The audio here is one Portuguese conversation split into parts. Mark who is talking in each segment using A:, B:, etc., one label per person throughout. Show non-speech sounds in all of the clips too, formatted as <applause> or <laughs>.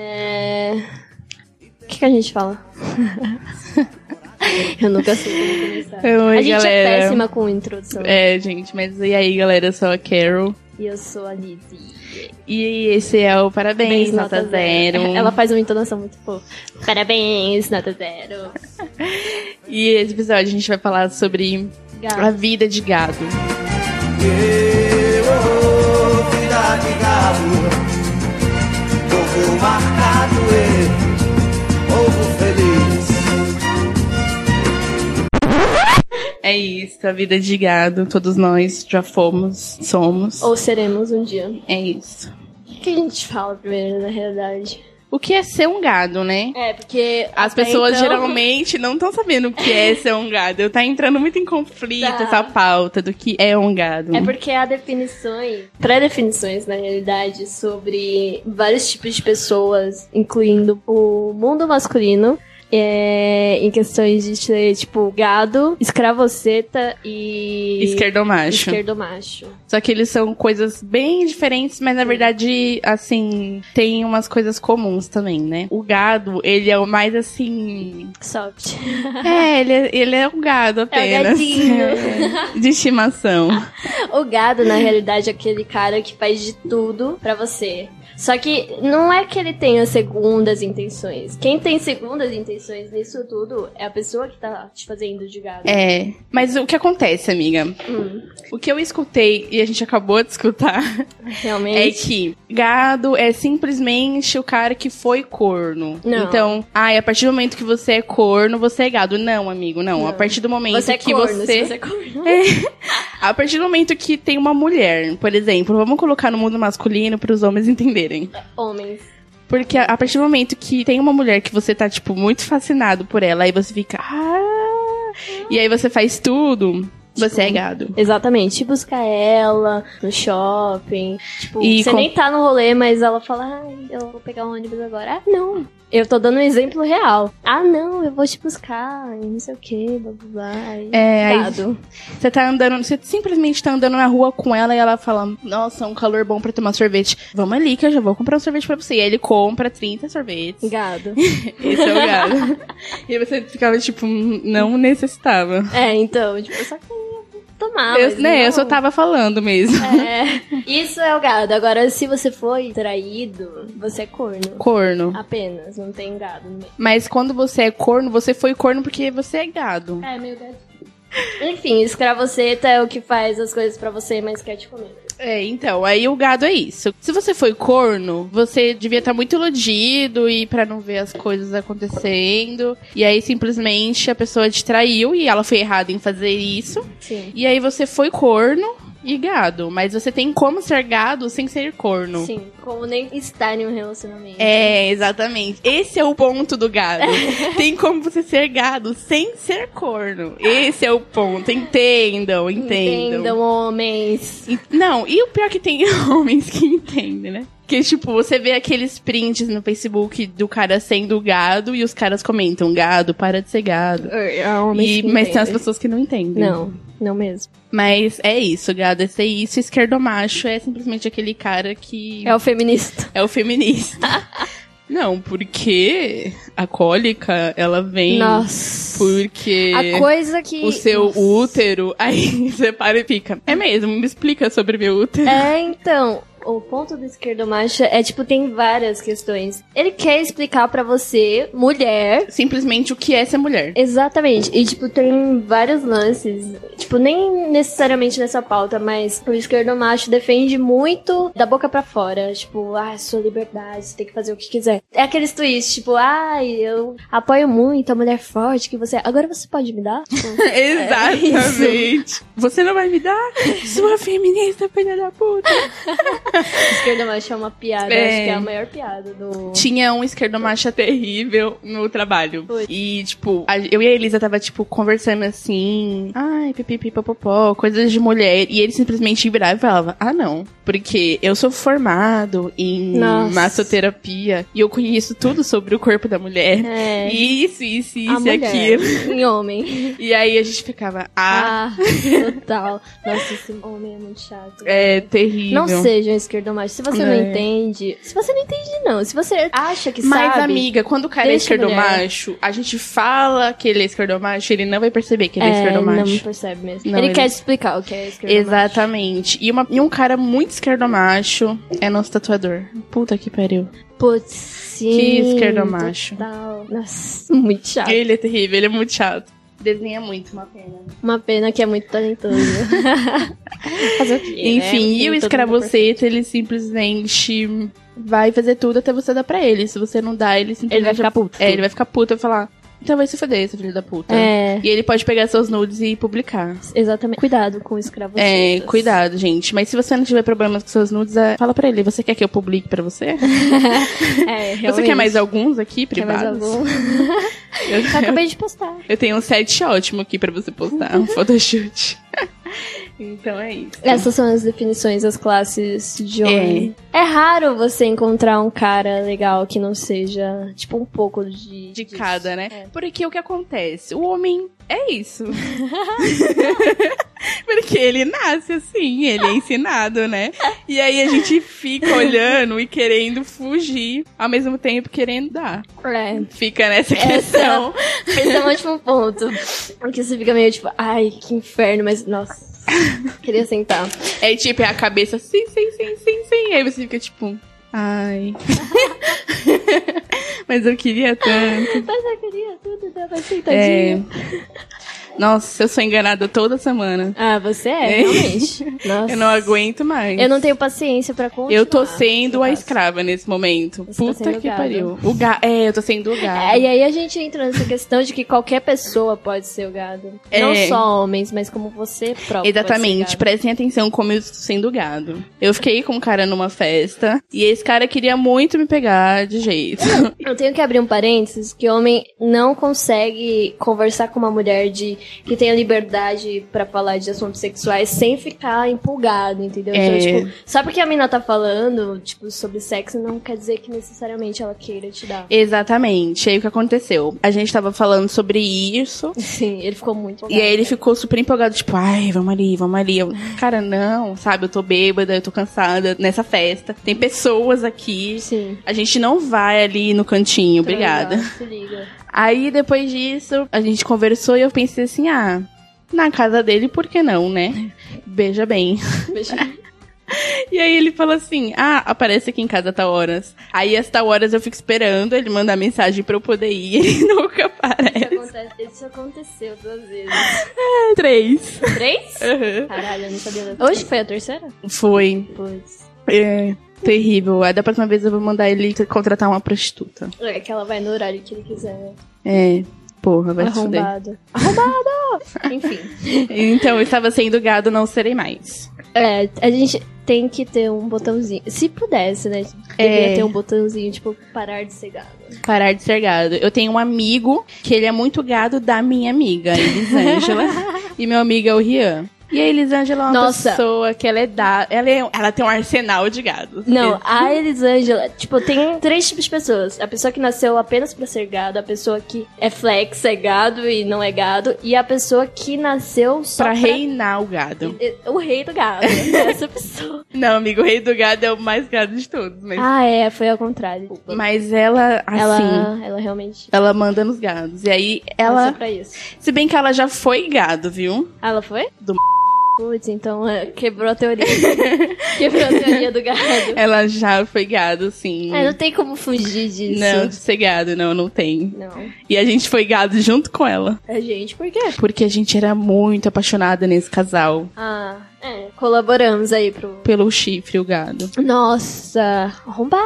A: É... O que, que a gente fala? <laughs> Eu nunca sei como começar.
B: Oi,
A: a gente é
B: galera.
A: péssima com introdução.
B: É, gente, mas e aí, galera? Eu sou a Carol.
A: E eu sou a Lizzie.
B: E esse é o Parabéns,
A: Bem,
B: Nota Zero.
A: <laughs> Ela faz uma entonação muito fofa. Parabéns, nota zero.
B: E esse episódio a gente vai falar sobre a
A: Gato.
B: vida de gado.
C: Eu oh, vida de gado, povo marcado e povo feliz.
B: É isso, a vida de gado. Todos nós já fomos, somos.
A: Ou seremos um dia.
B: É isso.
A: O que a gente fala primeiro, na realidade?
B: O que é ser um gado, né?
A: É, porque.
B: As
A: até
B: pessoas
A: então-
B: geralmente não estão sabendo o que é ser um gado. Tá entrando muito em conflito
A: Tá.
B: essa pauta do que é um gado.
A: É porque há definições, pré-definições, na realidade, sobre vários tipos de pessoas, incluindo o mundo masculino, é, em questões de ser, tipo, gado, escravoceta e...
B: Esquerdomacho.
A: Esquerdomacho.
B: Só que eles são coisas bem diferentes, mas na verdade, assim, tem umas coisas comuns também, né? O gado, ele é o
A: <laughs>
B: mais assim.
A: Soft.
B: É, ele é, ele é um gado apenas.
A: gadinho.
B: <laughs> É,
A: <laughs>
B: de estimação.
A: O gado, na realidade, é aquele cara que faz de tudo pra você. Só que não é que ele tenha segundas intenções. Quem tem segundas intenções nisso tudo é a pessoa que tá te fazendo de gado.
B: É. Mas o que acontece, amiga?
A: Hum,
B: O que eu escutei, e a gente acabou de escutar, é
A: realmente.
B: que gado é simplesmente o cara que foi corno.
A: Não.
B: Então, ai, a partir do momento que você é corno, você é gado. Não, amigo, não.
A: Não.
B: A partir do momento
A: Você é
B: que
A: corno, se
B: você.
A: você é <laughs> corno.
B: A partir do momento que tem uma mulher, por exemplo, vamos colocar no mundo masculino para os homens entenderem.
A: Homens.
B: Porque a, a partir do momento que tem uma mulher que você tá, tipo, muito fascinado por ela, aí você fica. "Ah", E aí você faz tudo,
A: Tipo,
B: você é gado.
A: Exatamente. Ir buscar ela no shopping. Tipo,
B: E
A: você
B: com-
A: nem tá no rolê, mas ela fala, ah, eu vou pegar um ônibus agora. Ah, não. Eu tô dando um exemplo real. Ah, não, eu vou te buscar, e não sei o que, blá blá blá. e-
B: É, aí
A: <laughs> Gado.
B: você tá andando, você simplesmente tá andando na rua com ela e ela fala: Nossa, um calor bom pra tomar sorvete. Vamos ali que eu já vou comprar um sorvete pra você. E aí ele compra
A: <laughs>
B: 30 sorvetes.
A: Gado.
B: Esse é o gado. e você ficava, tipo, não necessitava.
A: É, então, tipo, eu só queria tomar.
B: eu,
A: Ah, mas
B: né, eu
A: não.
B: só tava falando mesmo.
A: É, isso é o gado. Agora, se você foi traído, você é corno.
B: Corno.
A: Apenas, não tem gado no meio.
B: Mas quando você é corno, você foi corno porque você é gado.
A: É, meio gado. Enfim, escravoceta é o que faz as coisas pra você, mas quer te comer.
B: É, então, aí o gado é isso. Se você foi corno, você devia estar muito iludido e pra não ver as coisas acontecendo. E aí simplesmente a pessoa te traiu e ela foi errada em fazer isso.
A: Sim.
B: E aí você foi corno e gado. Mas você tem como ser gado sem ser corno.
A: Sim, como nem estar em um relacionamento.
B: É, exatamente. Esse é o ponto do gado. <laughs> Tem como você ser gado sem ser corno. Esse é o ponto. Entendam, entendam.
A: Entendam, homens.
B: E- Não, e o pior é que tem <laughs> homens que entendem, né? Que, tipo, você vê aqueles prints no Facebook do cara sendo gado e os caras comentam, gado, para de ser gado. E- mas tem as pessoas que não entendem.
A: Não, não mesmo.
B: Mas é isso, gado, é ser isso. Esquerdomacho é simplesmente aquele cara que
A: É o feminista.
B: é o
A: <laughs>
B: feminista. não, porque a cólica, ela vem
A: Nossa.
B: porque
A: A coisa que.
B: o seu útero, <laughs> aí você para e fica. É mesmo, me explica sobre meu útero.
A: É, então, o ponto do esquerdomacho é tipo, tem várias questões. Ele quer explicar pra você, mulher.
B: Simplesmente o que é ser mulher.
A: Exatamente, e tipo, tem vários lances, tipo, nem necessariamente nessa pauta, mas o esquerdomacho defende muito da boca pra fora, tipo, ah, sua liberdade, você tem que fazer o que quiser. É aqueles tweets, tipo, ai, eu apoio muito a mulher forte que você é, agora você pode me dar? Tipo,
B: <laughs> Exatamente. É Você não vai me dar? <laughs> Sua feminista, filha da puta.
A: o esquerdomacho é uma piada,
B: <laughs> É.
A: acho que é a maior piada
B: <laughs>
A: do...
B: Tinha um esquerdomacha terrível no trabalho.
A: Foi.
B: E, tipo, a- eu e a Elisa tava, tipo, conversando assim. Ai, pipi, pipipopopó, coisas de mulher. E ele simplesmente virava e falava, ah não, porque eu sou formado em
A: Nossa.
B: massoterapia e eu conheço tudo sobre o corpo da mulher.
A: É.
B: Isso, isso,
A: a
B: isso e
A: mulher
B: aquilo.
A: Em homem.
B: E aí a gente ficava, ah,
A: Ah, total. Nossa, esse homem é muito chato.
B: é terrível.
A: Não sejam esquerdomacho. Se você não
B: É.
A: entende. Se você não entende, não. Se você acha que
B: Mas,
A: sabe.
B: amiga, quando o cara é
A: deixa a
B: esquerdomacho, a gente fala que ele é esquerdomacho, ele não vai perceber que ele é,
A: é, não
B: esquerdomacho.
A: percebe mesmo.
B: Não,
A: ele,
B: ele-
A: quer te explicar o que é esquerdomacho.
B: Exatamente. E, uma- e um cara muito esquerdomacho é nosso tatuador. Puta que pariu.
A: Putz, sim.
B: Que esquerdomacho.
A: total. Nossa, muito chato.
B: Ele é terrível, ele é muito chato. Desenha muito, uma pena.
A: Uma pena que é muito
B: <laughs>
A: talentoso. Fazer o quê? né?
B: Enfim,
A: Tem
B: e o
A: todo mundo por-
B: escravoceta, ele simplesmente vai fazer tudo até você dar pra ele. Se você não dá, ele simplesmente...
A: Ele vai ficar puto.
B: É, ele vai ficar puto e vai falar, então vai se foder, seu filho da puta.
A: É,
B: E ele pode pegar seus nudes e publicar.
A: exatamente. Cuidado com escravocetas.
B: É, cuidado, gente. Mas se você não tiver problemas com seus nudes, é, fala pra ele. Você quer que eu publique
A: <laughs>
B: pra você?
A: É,
B: Você
A: realmente.
B: quer mais alguns aqui,
A: Quer mais Tá
B: privados?
A: algum? Eu
B: Eu,
A: <laughs> acabei de postar.
B: <laughs> eu tenho um set ótimo aqui pra você postar,
A: <laughs>
B: um photoshoot. então é isso.
A: Essas são as definições das classes de homem. É, raro você encontrar um cara legal que não seja, tipo, um pouco de.
B: De
A: disso.
B: cada, né?
A: É.
B: Porque o que acontece? O homem
A: <laughs>
B: é isso. Porque ele nasce assim, ele é ensinado, né? E aí a gente fica olhando e querendo fugir, ao mesmo tempo querendo dar.
A: É.
B: Fica nessa
A: Essa-
B: questão.
A: Esse é um ótimo ponto. Porque você fica meio tipo, ai, que inferno, mas nossa. Queria sentar.
B: É tipo, é a cabeça sim, sim, sim, sim, sim. Aí você fica tipo, ai. <laughs> Mas eu queria tanto.
A: Mas eu queria tudo, né? tava
B: É.
A: sentadinha.
B: Nossa, eu sou enganada toda semana.
A: Ah, você é,
B: É.
A: realmente. Nossa.
B: <laughs> Eu não aguento mais.
A: Eu não tenho paciência pra continuar.
B: Eu tô sendo
A: Eu
B: a
A: faço.
B: escrava nesse momento.
A: Você tá
B: Puta
A: sendo
B: que
A: gado.
B: pariu. O ga... É, eu tô sendo o
A: É,
B: gado.
A: e aí a gente entra nessa questão de que qualquer pessoa pode ser o gado. Não
B: É.
A: só homens, mas como você próprio.
B: Exatamente,
A: Pode
B: prestem atenção como eu estou sendo gado. Eu fiquei com um cara numa festa e esse cara queria muito me pegar de jeito.
A: ser gado. Eu tenho que abrir um parênteses que homem não consegue conversar com uma mulher de que tenha liberdade pra falar de assuntos sexuais sem ficar empolgado, entendeu?
B: É.
A: Então, tipo, só porque a mina tá falando, tipo, sobre sexo, não quer dizer que necessariamente ela queira te dar.
B: Exatamente, aí o que aconteceu? A gente tava falando sobre isso.
A: Sim, <laughs> ele ficou muito
B: E aí ele ficou super empolgado, tipo, ai, vamos ali, vamos ali. Eu, cara, não, sabe, eu tô bêbada, eu tô cansada nessa festa. Tem pessoas aqui.
A: Sim.
B: A gente não vai ali no cantinho, obrigada.
A: Transar, Se liga.
B: Aí depois disso, a gente conversou e eu pensei assim, ah, na casa dele, por que não, né? Beija bem. <laughs>
A: Beijo.
B: E aí ele fala assim: Ah, aparece aqui em casa a tal horas. Aí às tal horas eu fico esperando ele mandar mensagem pra eu poder ir. <laughs> Ele nunca
A: Isso,
B: aparece.
A: acontece- isso aconteceu duas vezes.
B: Três. <laughs>
A: Três? Caralho, eu não sabia. da- Hoje foi a terceira?
B: Uhum. Foi.
A: Putz.
B: É. Terrível. Aí da próxima vez eu vou mandar ele contratar uma prostituta.
A: É que ela vai no horário que ele quiser. né?
B: É. Porra, vai se fuder.
A: Arrombado. Arrombado! <laughs> Enfim.
B: Então eu estava sendo gado, não serei mais.
A: É, a gente tem que ter um botãozinho. Se pudesse, né?
B: É.
A: Deveria ter um botãozinho, tipo, parar de ser gado.
B: Parar de ser gado. Eu tenho um amigo que ele é muito gado da minha amiga,
A: <laughs>
B: a Elisângela. e meu amigo é o Rian. E a Elisângela é uma
A: Nossa.
B: pessoa que ela é da. Ela, é- ela tem um arsenal de gados.
A: Não, a Elisângela, tipo, tem três tipos de pessoas. A pessoa que nasceu apenas pra ser gado, a pessoa que é flex, é gado e não é gado, e a pessoa que nasceu só
B: Pra
A: pra...
B: reinar o gado.
A: O rei do <laughs> gado. Essa pessoa.
B: Não, amigo, o rei do gado é o mais gado de todos. Mas,
A: Ah, é, foi ao contrário. desculpa.
B: mas ela, assim, ela...
A: Ah. Ela, ela realmente
B: manda nos gados. E aí,
A: ela
B: ela.
A: pra isso.
B: Se bem que ela já foi gado, viu?
A: Ah, ela foi?
B: Do
A: Putz, então é, quebrou a <laughs> teoria. quebrou a teoria do gado.
B: Ela já foi gado, sim.
A: <laughs> É, não tem como fugir disso.
B: não, de ser gado, não, não tem.
A: Não.
B: E a gente foi gado junto com ela.
A: É gente, por quê?
B: Porque a gente era muito apaixonada nesse casal.
A: Ah, é. Colaboramos aí pro.
B: Pelo chifre, o gado.
A: Nossa, arrombado!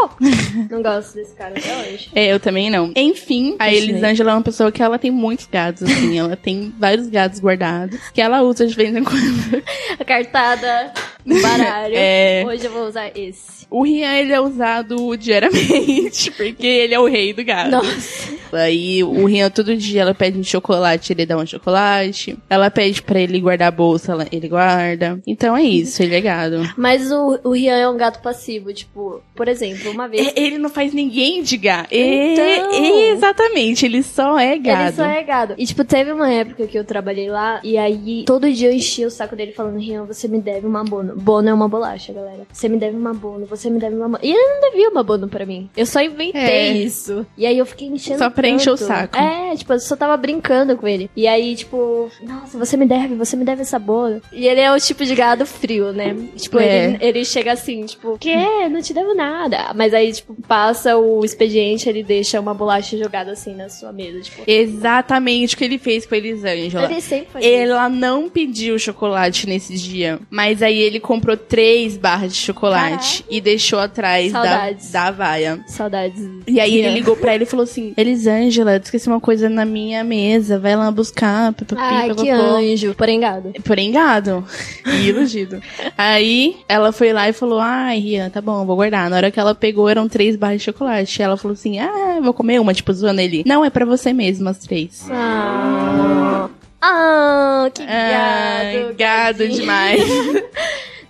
A: <laughs> não gosto desse cara até hoje.
B: É, eu também não. Enfim, a
A: Isso aí.
B: Elisângela é uma pessoa que ela tem muitos gados, assim. ela tem vários gados guardados. Que ela usa de vez em quando. <laughs>
A: A cartada, <laughs> o baralho.
B: É.
A: Hoje eu vou usar esse.
B: <laughs> O Rian, ele é usado diariamente, porque ele é o rei do gado.
A: Nossa,
B: Aí o Rian todo dia ela pede um chocolate, ele dá um chocolate. Ela pede pra ele guardar a bolsa, ela- ele guarda. Então é isso, ele é gado.
A: Mas o, o Rian é um gato passivo, tipo, por exemplo, uma vez.
B: É, ele não faz ninguém de gado.
A: Então.
B: exatamente, ele só é gado.
A: Ele só é gado. E, tipo, teve uma época que eu trabalhei lá, e aí todo dia eu enchia o saco dele falando, Rian, você me deve uma bono. Bono é uma bolacha, galera. Você me deve uma bono, você me deve uma bono. E ele não devia uma bono pra mim. Eu só inventei
B: É.
A: isso. E aí eu fiquei enchendo
B: Só pra encher o
A: tanto.
B: saco.
A: É, tipo, eu só tava brincando com ele. E aí, tipo, nossa, você me deve, você me deve essa bono. E ele é o tipo de gado frio, né? Tipo,
B: É.
A: ele, ele chega assim, tipo, que? Não te devo nada. Mas aí, tipo, passa o expediente, ele deixa uma bolacha jogada assim na sua mesa, tipo...
B: Exatamente o que ele fez com a Elisângela.
A: Ele sempre faz isso.
B: Ela não pediu chocolate nesse dia, mas aí ele comprou três barras de chocolate e deixou atrás da,
A: Saudades.
B: da vaia.
A: Saudades.
B: E aí ele
A: Rian.
B: ligou pra ela e falou assim: Elisângela, eu esqueci uma coisa na minha mesa, vai lá buscar. Pipipi,
A: Ai, que
B: papapó."
A: anjo. Porém, gado.
B: Porém, gado. E iludido. Aí ela foi lá e falou: Ai, Rian, tá bom, vou guardar. Na hora que ela pegou, eram três barras de chocolate. Ela falou assim: Ah, eu vou comer uma, tipo, zoando ele. Não, é pra você mesmo, as três.
A: Ah, ah que
B: Ai,
A: gado.
B: gado
A: tadinho.
B: demais.
A: <laughs>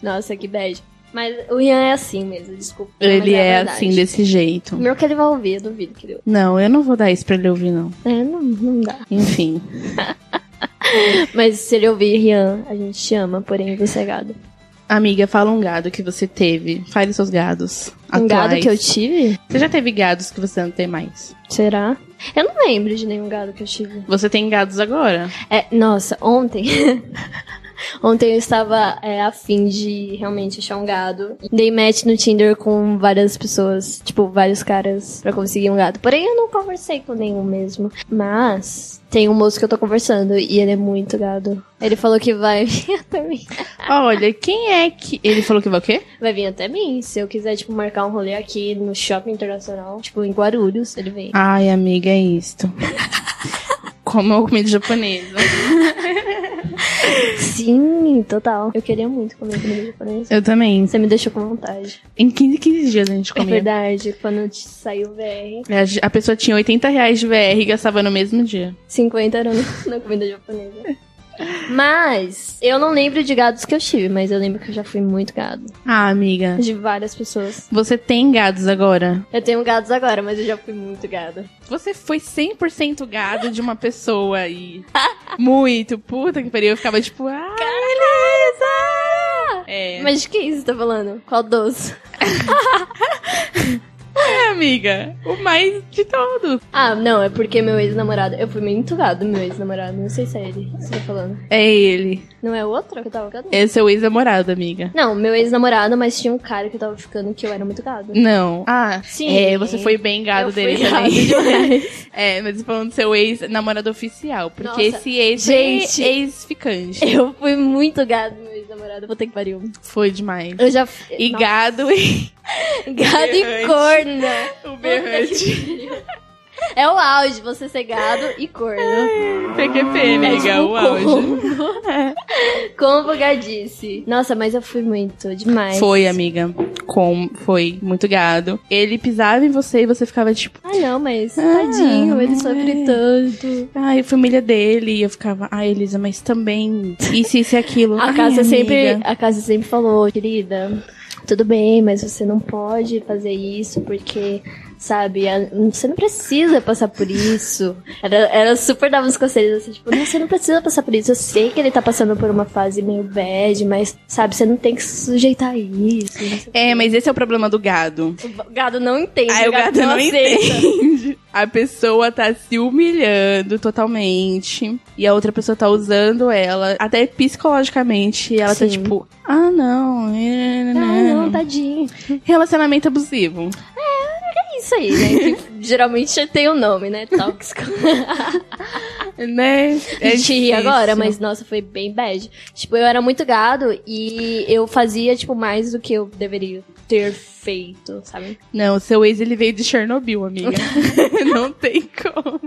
A: Nossa, que bad. Mas o Ian é assim mesmo, desculpa. mas
B: Ele
A: a
B: é
A: verdade.
B: assim, desse jeito.
A: Primeiro que ele vai ouvir, eu duvido que ele ouve.
B: Não, eu não vou dar isso pra ele ouvir, não.
A: É, não, não dá.
B: Enfim.
A: Mas se ele ouvir, Rian, a gente te ama, porém você é gado.
B: Amiga, fala um gado que você teve. Fale seus gados.
A: Um gado
B: atuais.
A: que eu tive?
B: Você já teve gados que você não tem mais?
A: Será? Eu não lembro de nenhum gado que eu tive.
B: Você tem gados agora?
A: É, nossa, ontem. <laughs> ontem eu estava é, afim de realmente achar um gado. Dei match no Tinder com várias pessoas, tipo, vários caras, pra conseguir um gado. Porém, eu não conversei com nenhum mesmo. Mas tem um moço que eu tô conversando e ele é muito gado. Ele falou que vai <laughs> vir até mim.
B: Olha, quem é que. Ele falou que vai o quê?
A: Vai vir até mim. Se eu quiser, tipo, marcar um rolê aqui no shopping internacional, tipo, em Guarulhos, ele vem.
B: Ai, amiga, é isto. Como eu comida japonesa.
A: Sim, total. Eu queria muito comer comida japonesa.
B: Eu também.
A: Você me deixou com vontade.
B: Em 15, 15 dias a gente
A: É
B: comia.
A: verdade, quando te saiu o VR,
B: A- A pessoa tinha 80 reais de VR e gastava no mesmo dia.
A: 50 eram na- na comida japonesa. Mas eu não lembro de gados que eu tive, mas eu lembro que eu já fui muito gado.
B: Ah, amiga.
A: De várias pessoas.
B: Você tem gados agora?
A: Eu tenho gados agora, mas eu já fui muito gado.
B: Você foi 100% gado de uma pessoa aí. Muito. Puta que pariu. Eu ficava tipo, ah, beleza! É.
A: Mas de que isso você tá falando? Qual doce?
B: é, amiga. O mais de todos.
A: Ah, não, é porque meu ex-namorado. Eu fui muito gado, meu ex-namorado. Não sei se é ele que você tá falando.
B: É ele.
A: Não é o outro que eu tava ficando?
B: Esse é o ex-namorado, amiga.
A: Não, meu ex-namorado, mas tinha um cara que eu tava ficando que eu era muito gado.
B: Não. Ah,
A: Sim.
B: É, você foi bem gado
A: Eu fui
B: dele
A: gado
B: também.
A: demais.
B: <laughs> É, mas falando do seu ex-namorado oficial. Porque
A: Nossa,
B: esse ex
A: gente.
B: é ex-ficante.
A: <laughs> Eu fui muito gado, meu ex-namorado. Puta que pariu.
B: Foi demais.
A: Eu já. f-
B: E
A: Nossa,
B: gado e <laughs>
A: gado
B: berrante.
A: e corno.
B: o
A: Puta
B: berrante.
A: que pariu. É o auge, você ser gado e corno.
B: PQP, amiga.
A: tipo
B: o auge.
A: Como gadice. Nossa, mas eu fui muito, demais.
B: Foi, amiga. Com... Foi muito gado. Ele pisava em você e você ficava tipo,
A: Ah, não, mas tadinho, ele sofre
B: é.
A: tanto.
B: ai, a família dele. E eu ficava, ai, Elisa, mas também. Isso, isso e aquilo.
A: A
B: Ai,
A: casa, é
B: amiga.
A: sempre, a casa sempre falou, querida, tudo bem, mas você não pode fazer isso porque, sabe, a- você não precisa passar por isso. Ela, ela super dava uns conselhos assim, tipo, não, você não precisa passar por isso. Eu sei que ele tá passando por uma fase meio bad, mas, sabe, você não tem que se sujeitar a isso. não sei o
B: É,
A: quê."
B: mas esse é o problema do gado.
A: O gado não entende.
B: Aí o gato não
A: aceita.
B: entende. A pessoa tá se humilhando totalmente. E a outra pessoa tá usando ela, até psicologicamente. E ela tá
A: Sim.
B: tipo, ah, não. é,
A: Ah, não,
B: né."
A: tadinho.
B: Relacionamento abusivo.
A: É isso aí, né? Que geralmente tem o nome, né? Tóxico.
B: Né?
A: a gente ri
B: difícil.
A: agora, mas nossa, foi bem bad. Tipo, eu era muito gado e eu fazia, tipo, mais do que eu deveria ter feito, sabe?
B: Não, seu ex ele veio de Chernobyl,
A: <laughs>
B: amiga. não tem como.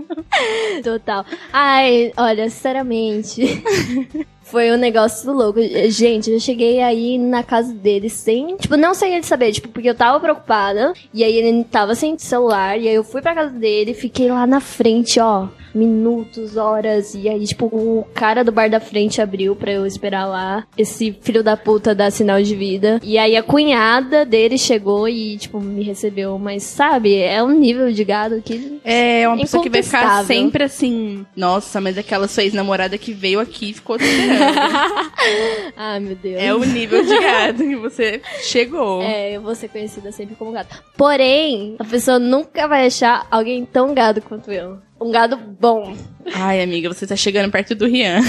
A: Total. Ai, olha, sinceramente. <laughs> Foi um negócio louco. Gente, eu cheguei aí na casa dele sem. Tipo, não sem ele saber, tipo, porque eu tava preocupada. E aí ele tava sem celular. E aí eu fui pra casa dele, fiquei lá na frente, ó. Minutos, horas. E aí, tipo, o cara do bar da frente abriu pra eu esperar lá. Esse filho da puta dá sinal de vida. E aí a cunhada dele chegou e, tipo, me recebeu. Mas, sabe, é um nível de gado que.
B: É, uma pessoa que vai ficar sempre assim. Nossa, mas aquela sua ex-namorada que veio aqui e ficou te esperando.
A: <laughs> ah, meu Deus.
B: É o nível de gado que você chegou.
A: É, eu vou ser conhecida sempre como gado. Porém, a pessoa nunca vai achar alguém tão gado quanto eu. Um gado bom.
B: Ai, amiga, você tá chegando perto do Rian.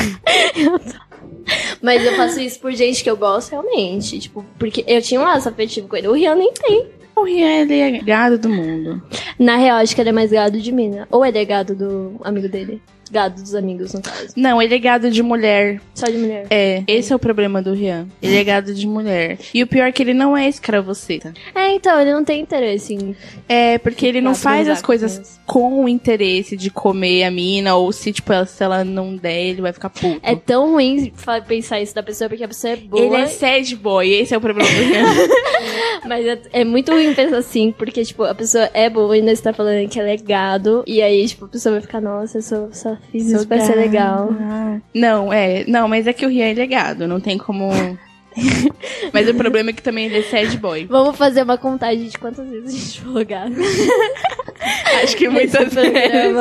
A: eu tô... Mas eu faço isso por gente que eu gosto realmente. Tipo, porque eu tinha um laço afetivo com ele. O Rian nem tem.
B: O Rian, ele é gado do mundo.
A: Na real, acho que ele é mais gado de mim, né? Ou ele é gado do amigo dele gado dos amigos, no caso.
B: Não, ele é gado de mulher.
A: Só de mulher.
B: É, esse é o problema do Rian. Ele é gado de mulher. E o pior é que ele não é escravoceta.
A: É, então, ele não tem interesse em.
B: É, porque ele não faz as coisas mesmo. com o interesse de comer a mina, ou se, tipo, ela, se ela não der, ele vai ficar puto.
A: É tão ruim pensar isso da pessoa, porque a pessoa é boa.
B: Ele é sad boy, esse é o problema do Rian. <laughs>
A: Mas é, é, muito ruim pensar assim, porque, tipo, a pessoa é boa e não está falando que ela é gado, e aí, tipo, a pessoa vai ficar, nossa, eu sou, sou fiz isso pra ser legal.
B: Ah. Não, é. Não, mas é que o Rian é legado, não tem <laughs> como. mas o problema é que também ele é sad boy.
A: Vamos fazer uma contagem de quantas vezes a gente foi <laughs> legado.
B: Acho que muitas Esse vezes.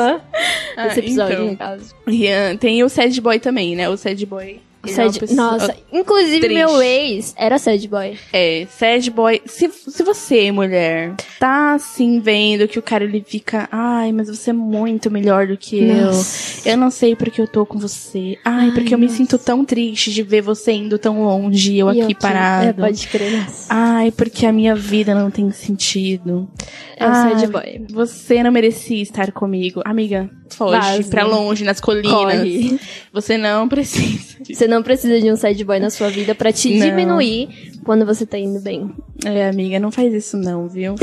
A: Ah, Esse episódio, então. no caso.
B: Rian, tem o sad boy também, né? O sad boy.
A: Sad... É Nossa, inclusive triste. meu ex era sad boy.
B: É, sad boy. Se, se você, mulher, tá assim vendo que o cara ele fica, ai, mas você é muito melhor do que nossa. eu. Eu não sei porque eu tô com você. Ai, ai porque eu nossa. me sinto tão triste de ver você indo tão longe e eu e aqui eu parado. É,
A: pode crer.
B: Ai, porque a minha vida não tem sentido.
A: É o sad boy.
B: Você não merecia estar comigo. Amiga, foge Vaze. pra longe, nas colinas. Corre. Você não precisa.
A: Você não precisa de um sad boy na sua vida para te não. diminuir quando você tá indo bem.
B: É, amiga, não faz isso não, viu?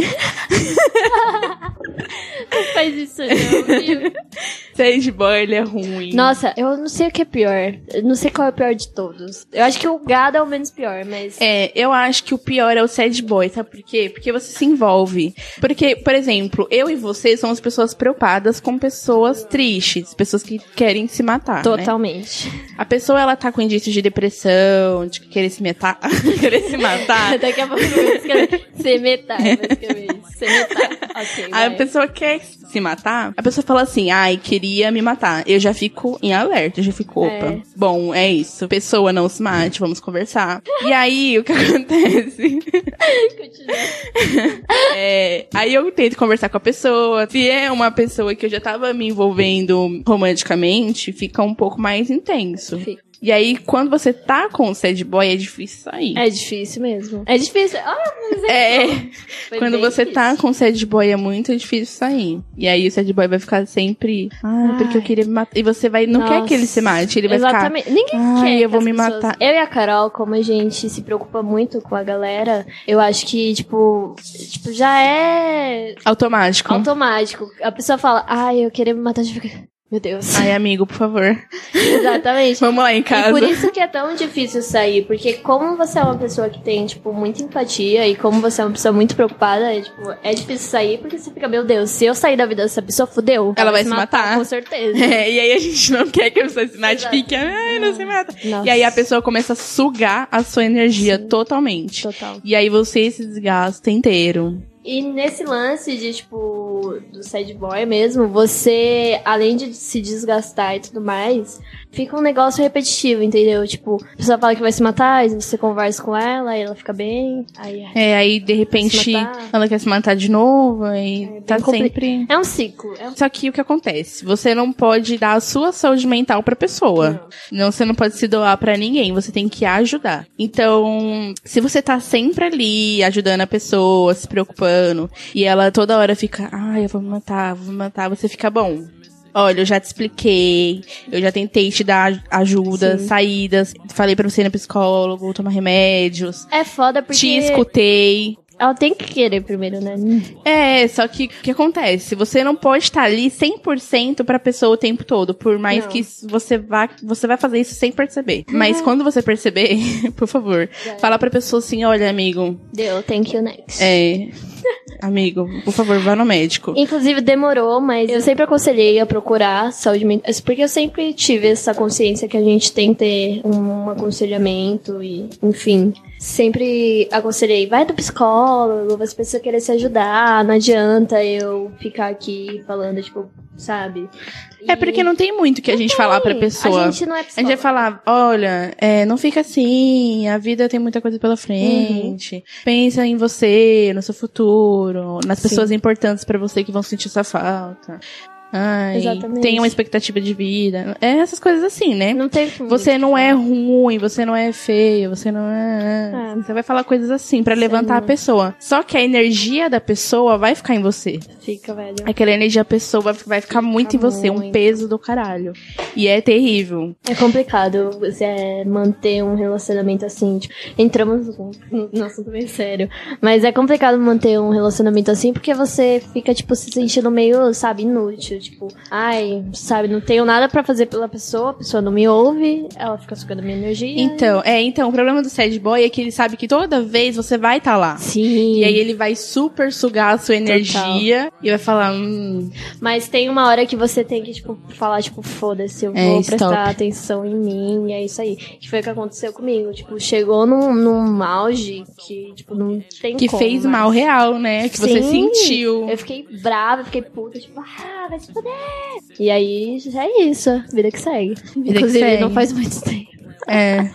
A: não faz isso não, <laughs> viu?
B: Sad boy, ele é ruim.
A: Nossa, eu não sei o que é pior. Eu não sei qual é o pior de todos. Eu acho que o gado é o menos pior, mas...
B: É, eu acho que o pior é o sad boy, sabe por quê? Porque você se envolve. Porque, por exemplo, eu e você somos pessoas preocupadas com pessoas tristes, pessoas que querem se matar,
A: Totalmente.
B: Né? A pessoa, ela tá com indícios de depressão, de querer se matar, <laughs> querer se matar.
A: <laughs> Daqui a pouco eu escrever. Se metar, eu escrever.
B: <laughs>
A: Se metar. Okay,
B: a pessoa quer se matar, a pessoa fala assim, ai, queria me matar. Eu já fico em alerta, já fico, opa, é. bom, é isso. Pessoa, não se mate, vamos conversar. E aí, o que <laughs> acontece? é, aí eu tento conversar com a pessoa. Se é uma pessoa que eu já tava me envolvendo romanticamente, fica um pouco mais intenso. Fica. E aí, quando você tá com o sad boy, é difícil sair.
A: É difícil mesmo. É difícil. Ah, mas é.
B: é. Quando você difícil. tá com o sad boy, é muito difícil sair. E aí, o sad boy vai ficar sempre. Ah, Ai. porque eu queria me matar. E você vai, não Nossa. quer que ele se mate. Ele vai
A: Exatamente.
B: ficar.
A: Ninguém quer.
B: Que eu vou me pessoas... matar.
A: Eu e a Carol, como a gente se preocupa muito com a galera, eu acho que, tipo, tipo já é.
B: Automático.
A: Automático. A pessoa fala, ai, eu queria me matar. Já fica. Meu Deus.
B: Ai, amigo, por favor.
A: Exatamente.
B: Vamos lá em casa.
A: E por isso que é tão difícil sair, porque como você é uma pessoa que tem, tipo, muita empatia e como você é uma pessoa muito preocupada, é, tipo, é difícil sair porque você fica, meu Deus, se eu sair da vida dessa pessoa, fudeu.
B: Ela, ela vai se matar. matar.
A: Com certeza.
B: <laughs> É, e aí a gente não quer que a pessoa se mate, fique, ah, não se mata. Nossa. <laughs> E aí a pessoa começa a sugar a sua energia Sim. totalmente.
A: Total.
B: E aí você se desgasta inteiro.
A: E nesse lance de, tipo, do sad boy mesmo, você, além de se desgastar e tudo mais, fica um negócio repetitivo, entendeu? Tipo, a pessoa fala que vai se matar, aí você conversa com ela, aí ela fica bem, aí...
B: É, aí de repente ela quer se matar de novo, aí é, tá compli... sempre...
A: É um ciclo. É um...
B: Só que o que acontece? Você não pode dar a sua saúde mental pra pessoa. Não, não você não pode se doar para ninguém, você tem que ajudar. Então, se você tá sempre ali, ajudando a pessoa, se preocupando, e ela toda hora fica, ai, ah, eu vou me matar, vou me matar, você fica bom. Olha, eu já te expliquei, eu já tentei te dar ajuda, Sim. saídas, falei pra você ir no psicólogo, tomar remédios.
A: É foda porque.
B: Te escutei.
A: Ela tem que querer primeiro, né?
B: É, só que o que acontece? Você não pode estar ali 100% pra pessoa o tempo todo, por mais
A: Não. Uhum.
B: que s- você vá, você vai fazer isso sem perceber. Mas quando você perceber, <laughs> por favor, fala pra pessoa assim, olha, amigo,
A: Deu, thank you next. <laughs>
B: é, amigo, por favor, vá no médico.
A: Inclusive demorou, mas eu sempre aconselhei a procurar saúde mental, porque eu sempre tive essa consciência que a gente tem que ter um aconselhamento e, enfim, sempre aconselhei, vai do psicólogo, você precisa querer se ajudar, não adianta eu ficar aqui falando, tipo, sabe?
B: É porque não tem muito que a gente falar pra pessoa.
A: A gente não é
B: A gente
A: psicólogo.
B: vai falar, olha, é, não fica assim, a vida tem muita coisa pela frente.
A: Uhum.
B: Pensa em você, no seu futuro, nas
A: Sim.
B: pessoas importantes pra você que vão sentir sua falta. Ai,
A: Exatamente.
B: tem uma expectativa de vida. É essas coisas assim, né?
A: Não tem muito.
B: Você não é ruim, você não é feio, você não é.
A: É.
B: Você vai falar coisas assim pra levantar a pessoa. Só que a energia da pessoa vai ficar em você.
A: Fica, velho.
B: Aquela energia da pessoa vai- vai ficar muito em você, um
A: muito.
B: peso do caralho. E é terrível.
A: É complicado você é, manter um relacionamento assim. Tipo, entramos no, no, no assunto meio sério. Mas é complicado manter um relacionamento assim porque você fica, tipo, se sentindo meio, sabe, inútil. Tipo, ai, sabe, não tenho nada pra fazer pela pessoa, a pessoa não me ouve, ela fica sugando minha energia.
B: Então, é, então, o problema do sad boy é que ele sabe que toda vez você vai estar lá.
A: Sim.
B: E aí ele vai super sugar a sua energia e vai falar, hum,
A: Mas tem uma hora que você tem que, tipo, falar, tipo, foda-se, eu
B: É,
A: vou
B: stop.
A: prestar atenção em mim, e é isso aí. Que foi o que aconteceu comigo. Tipo, chegou num, num auge que, tipo, não tem
B: que
A: como
B: fez
A: mais.
B: mal real, né? Que você
A: Sim.
B: sentiu.
A: Eu fiquei brava, eu fiquei puta, tipo, ah, vai se fuder. E aí, já é isso, vida que segue.
B: que
A: Inclusive,
B: segue.
A: não faz muito tempo.
B: É.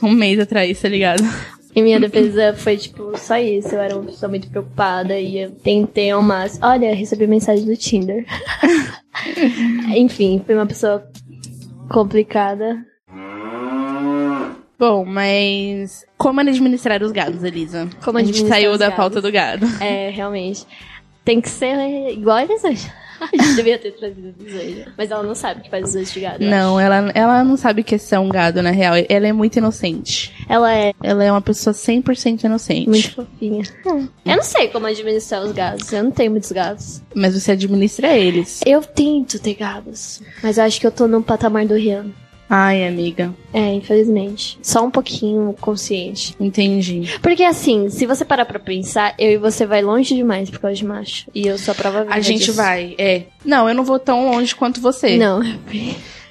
B: Um mês atrás, tá ligado?
A: E minha defesa foi, tipo, só isso. Eu era uma pessoa muito preocupada e eu tentei ao máximo. Olha, recebi mensagem do
B: <laughs>
A: Tinder. Enfim, fui uma pessoa complicada.
B: Bom, mas como administrar os gados, Elisa?
A: Como
B: a gente
A: administrar
B: saiu
A: os
B: da
A: gados?
B: pauta do gado.
A: É, realmente. Tem que ser igual a desejo. A gente devia ter trazido desejo. Mas ela não sabe que faz desejo de gado. eu
B: Não, é- ela, ela não sabe o que é ser um gado, na real. Ela é muito inocente.
A: acho. Ela é
B: Ela é uma pessoa 100% inocente.
A: Muito fofinha. É. Eu não sei como administrar os gatos. Eu não tenho muitos gatos.
B: Mas você administra eles.
A: Eu tento ter gatos. Mas eu acho que eu tô no patamar do Rian.
B: Ai, amiga.
A: É, infelizmente. Só um pouquinho consciente.
B: Entendi.
A: Porque assim, se você parar pra pensar, eu e você vai longe demais por causa de macho. E eu sou a prova viva
B: A gente
A: disso.
B: vai, é. Não, eu não vou tão longe quanto você.
A: Não.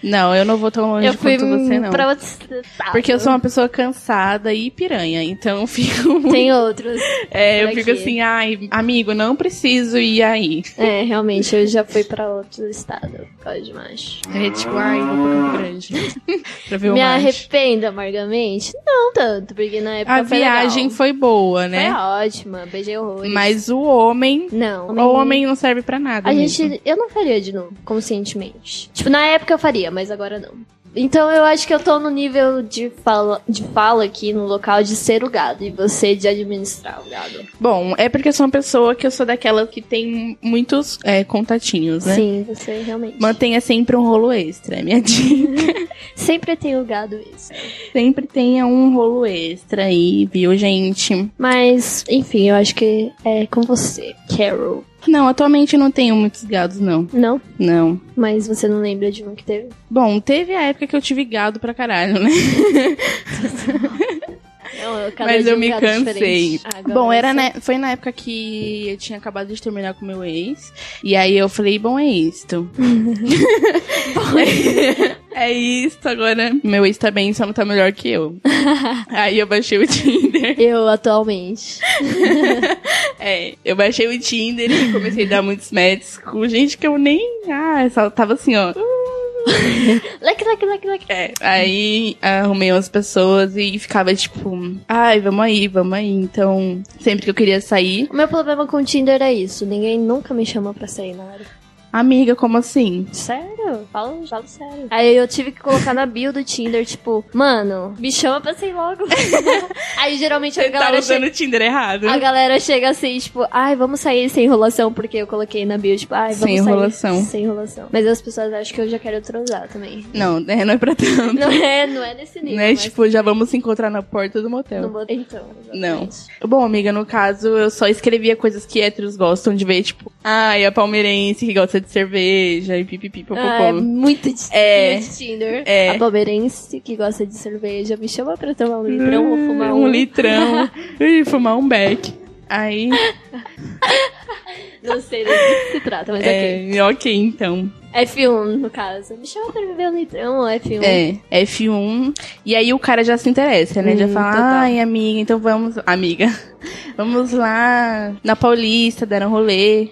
B: Não, eu não vou tão longe
A: Eu fui
B: quanto você, não.
A: pra outro estado.
B: Porque eu sou uma pessoa cansada e piranha, então eu fico <laughs> muito.
A: Tem outros.
B: É, eu
A: por
B: fico
A: aqui.
B: assim, ai, amigo, não preciso ir aí.
A: É, realmente, eu já fui pra outro estado por causa de macho.
B: É tipo, ai, vou pro Campo Grande. <laughs> pra ver o
A: Me
B: macho.
A: arrependo amargamente? Não tanto, porque na época
B: A
A: foi
B: viagem
A: legal.
B: foi boa, né?
A: Foi ótima, beijei horrores.
B: Mas o homem.
A: Não.
B: O homem não serve pra nada.
A: A
B: mesmo.
A: gente. Eu não faria de novo, conscientemente. Tipo, na época eu faria, mas agora não. Então eu acho que eu tô no nível de fala, de fala aqui no local de ser o gado e você de administrar o gado.
B: Bom, é porque eu sou uma pessoa que eu sou daquela que tem muitos é, contatinhos, né?
A: Sim, você realmente.
B: Mantenha sempre um rolo extra, é minha <laughs> dica.
A: Sempre tem o gado isso.
B: Sempre tenha um rolo extra aí, viu, gente?
A: Mas, enfim, eu acho que é com você, Carol.
B: Não, atualmente eu não tenho muitos gados, não.
A: Não?
B: Não.
A: Mas você não lembra de um que teve?
B: Bom, teve a época que eu tive gado pra caralho, né?
A: Não, eu- cada
B: Mas
A: dia
B: eu
A: um
B: me
A: gado
B: cansei.
A: diferente. Ah, Agora é
B: bom, era
A: você-
B: na- foi na época que eu tinha acabado de terminar com meu ex. E aí eu falei, bom, é isto.
A: <laughs>
B: é isto, agora meu ex tá bem, só não tá melhor
A: <laughs>
B: que eu. aí eu baixei o Tinder.
A: Eu atualmente.
B: É, eu baixei o Tinder e comecei a dar muitos matches com gente que eu nem... Ah, eu só tava assim, ó...
A: Leque, leque, leque, leque.
B: É, aí arrumei umas pessoas e ficava tipo, ai, vamos aí, vamos aí. Então, sempre que eu queria sair,
A: O meu problema com o Tinder é isso. Ninguém nunca me chama pra sair na área.
B: Amiga, como assim?
A: Sério? Falo, falo sério. Aí eu tive que colocar na bio do Tinder, tipo, mano, me chama pra sair logo. <laughs> Aí geralmente a
B: Você tá
A: galera,
B: usando
A: chega,
B: o Tinder errado.
A: a galera chega assim, tipo, ai, vamos sair sem enrolação, porque eu coloquei na bio, tipo, ai, vamos
B: Sem
A: sair
B: enrolação.
A: Sem enrolação. Mas as pessoas acham que eu já quero transar
B: <laughs>
A: também.
B: Não, né, não é pra tanto.
A: Não é, não é nesse nível.
B: né?
A: mas
B: Tipo, já vamos se encontrar na porta do motel.
A: não vou- Então. exatamente.
B: Não. Bom, amiga, no caso, eu só escrevia coisas que héteros gostam de ver, tipo, ai, a palmeirense que gosta de cerveja e pipipi, popopó.
A: Ah, é muito de,
B: É.
A: muito de Tinder.
B: É.
A: A palmeirense que gosta de cerveja me chama pra tomar um litrão ou fumar um.
B: um
A: <laughs>
B: litrão. e fumar um beck. Aí,
A: Não sei do que se trata, mas ok.
B: é, ok, então.
A: F1, no caso. Me chama pra beber um litrão ou F1.
B: É, F1. E aí o cara já se interessa, né? já
A: Hum,
B: fala,
A: total.
B: ai, amiga, então vamos. Amiga, <laughs> vamos lá na Paulista, deram um rolê.